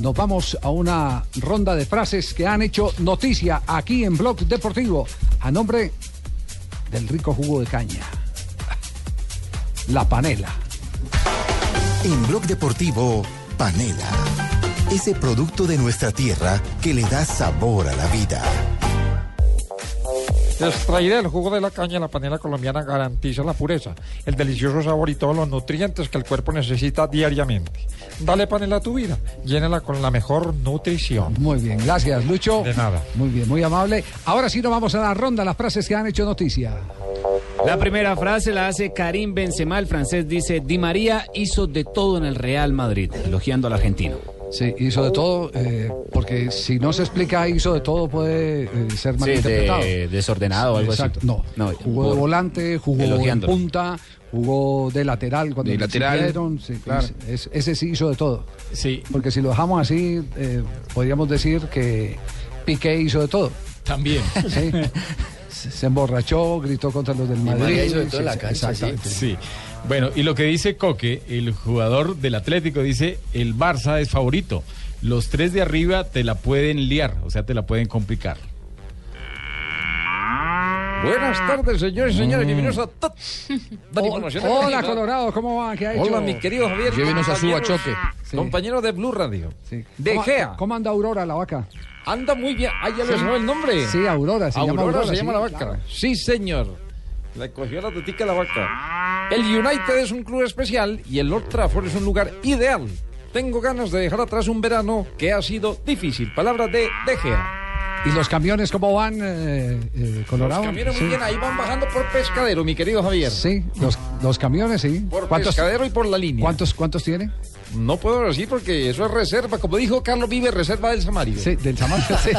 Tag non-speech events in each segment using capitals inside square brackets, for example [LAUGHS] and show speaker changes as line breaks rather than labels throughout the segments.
Nos vamos a una ronda de frases que han hecho noticia aquí en Blog Deportivo a nombre del rico jugo de caña. La panela.
En Blog Deportivo, panela. Ese producto de nuestra tierra que le da sabor a la vida.
Extraída del jugo de la caña, la panela colombiana garantiza la pureza, el delicioso sabor y todos los nutrientes que el cuerpo necesita diariamente. Dale panela a tu vida, llénala con la mejor nutrición.
Muy bien, gracias Lucho.
De nada.
Muy bien, muy amable. Ahora sí nos vamos a la ronda, las frases que han hecho noticia.
La primera frase la hace Karim Benzema, el francés dice, Di María hizo de todo en el Real Madrid, elogiando al argentino.
Sí, y sobre todo, eh, porque si no se explica hizo de todo puede eh, ser
Sí,
malinterpretado.
de, desordenado o algo
Exacto,
así.
no.
No,
jugó de
por-
volante, jugó de
elogiándolo.
punta, jugó de lateral cuando
De
le
lateral,
exigieron, sí,
claro.
es- ese sí hizo de todo.
Sí,
Porque si lo dejamos así, eh, podríamos decir que Piqué hizo de todo.
también.
¿sí? se se emborrachó, gritó contra los del Madrid.
María hizo de todo
sí,
en la
sí,
cancha, sí.
exactamente.
Sí. Bueno, y lo que dice Coque, el jugador del Atlético, dice, el Barça es favorito. Los tres de arriba te la pueden liar, o sea, te la pueden complicar.
Buenas tardes, señores y señoras, bienvenidos a Top. Dale
Mm. Ho-
información.
Hola, Colorado, ¿cómo va? ¿Qué ha hecho?
Hola, mi querido Javier.
Llévenos a su
compañeros-
achoque.
Sí.
Compañero de Blue Radio.
Sí.
De
¿Cómo-
Gea.
¿Cómo anda Aurora, la vaca?
Anda muy bien. Ah, ya le sonó el nombre.
Sí, Aurora, se
Aurora
llama Aurora.
se
sí,
llama la vaca.
claro.
Sí, señor. La cogió la tetica la vaca. El United es un club especial y el Old Trafford es un lugar ideal. Tengo ganas de dejar atrás un verano que ha sido difícil. Palabras de De Gea.
¿Y los camiones cómo van, eh, eh, Colorado?
Los camiones muy
Sí.
bien, ahí van bajando por Pescadero, mi querido Javier.
Sí, los, los camiones, sí.
Por
¿Cuántos,
Pescadero y por la línea.
cuántos, cuántos tiene?
No puedo decir porque eso es reserva. Como dijo Carlos Vive, reserva del Samario.
Sí, del
[LAUGHS]
Samar. Sí.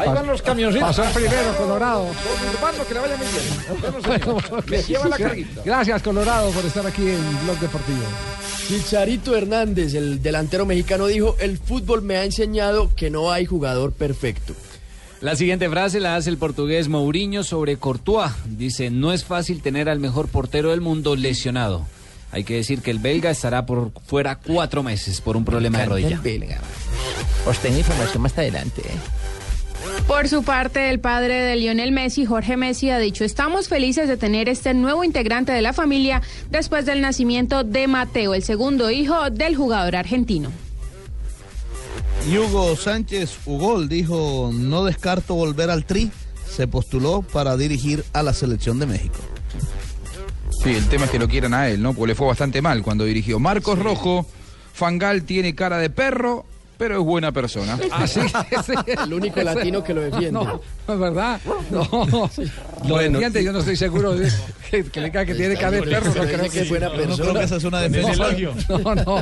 Ahí van los camioncitos.
Pasó el primero, Colorado.
Don Urbano, que le vaya muy bien. Bueno, señor, Me lleva la carguita.
Gracias, Colorado, por estar aquí en Blog Deportivo.
Chicharito Hernández, el delantero mexicano, dijo, el fútbol me ha enseñado que no hay jugador perfecto.
La siguiente frase la hace el portugués Mourinho sobre Courtois. Dice, no es fácil tener al mejor portero del mundo lesionado. Hay que decir que el belga estará por fuera cuatro meses por un problema de rodilla.
Os tengo información más adelante.
Por su parte, el padre de Lionel Messi, Jorge Messi, ha dicho, estamos felices de tener este nuevo integrante de la familia después del nacimiento de Mateo, el segundo hijo del jugador argentino.
Hugo Sánchez Ugol dijo, no descarto volver al Tri. Se postuló para dirigir a la selección de México. Sí, el tema es que lo quieran a él, ¿no? Porque le fue bastante mal cuando dirigió. Marcos Rojo, Fangal tiene cara de perro, pero es buena persona.
Así que Ah, sí.
[LAUGHS] El único latino que lo defiende.
No, no es verdad. No,
[LAUGHS]
lo entiende, yo no estoy seguro de que, que le diga que tiene cara de perro. No
Pero dice
creo
que es buena
Yo no creo
persona.
que esa es una defensa.
elogio.
No, no.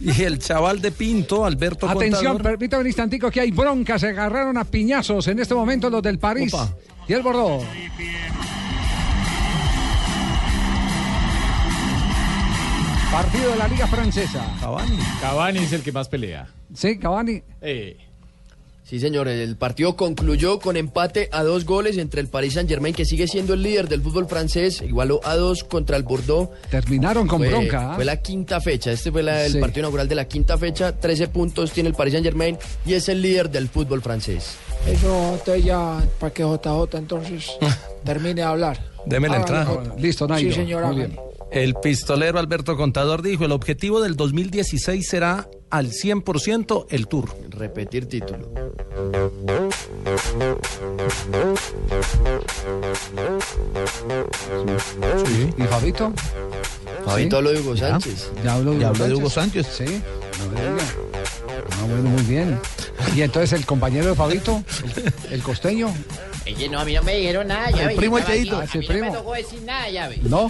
Y el chaval de Pinto, Alberto
Atención, permítame un instantico que hay broncas, se agarraron a piñazos en este momento los del París
Opa.
y el Bordeaux. Partido de la Liga Francesa.
Cavani es el que más pelea.
Sí, Cavani.
Eh,
Sí, señor, el partido concluyó con empate a dos goles entre el Paris Saint-Germain, que sigue siendo el líder del fútbol francés, igualó a dos contra el Bordeaux.
Terminaron con
Fue-
bronca. ¿ah?
Fue la quinta fecha, este fue la- el
Sí.
partido inaugural de la quinta fecha, 13 puntos tiene el Paris Saint-Germain y es el líder del fútbol francés.
Eso usted ya, para que JJ entonces termine de hablar.
Deme la entrada.
Ah, Bueno, Listo, Nairo.
Sí, señor,
Muy bien.
hágale.
El pistolero Alberto Contador dijo, el objetivo del 2016 será al 100% el tour.
Repetir título.
¿Y Fabito? Ah,
Fabito habló de Hugo Sánchez.
Ya habló
Ya habló de Hugo Sánchez.
Sí. No me diga. Ah, bueno, muy bien. Y entonces el compañero de Fabito, el, el costeño,
El primo
Ah, ese primo. No.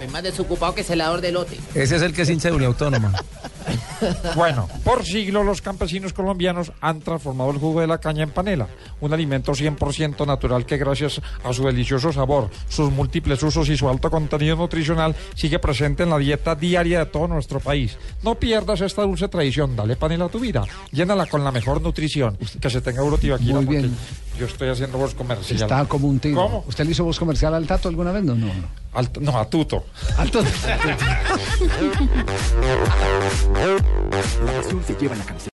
Es más desocupado que celador de lote.
Ese es el que es hincha de Uniautónoma.
Bueno, por siglos los campesinos colombianos han transformado el jugo de la caña en panela, un alimento 100% natural que gracias a su delicioso sabor, sus múltiples usos y su alto contenido nutricional sigue presente en la dieta diaria de todo nuestro país. No pierdas esta dulce tradición, dale panela a tu vida, llénala con la mejor nutrición, que se tenga Urotibaquira
Muy
porque
bien.
yo estoy haciendo voz comercial.
Está como un tiro.
¿Cómo?
¿Usted le hizo voz comercial al Tato alguna vez? No, no. no.
Al- no, a Tuto.
Al Tato.
La acción se lleva en la camiseta.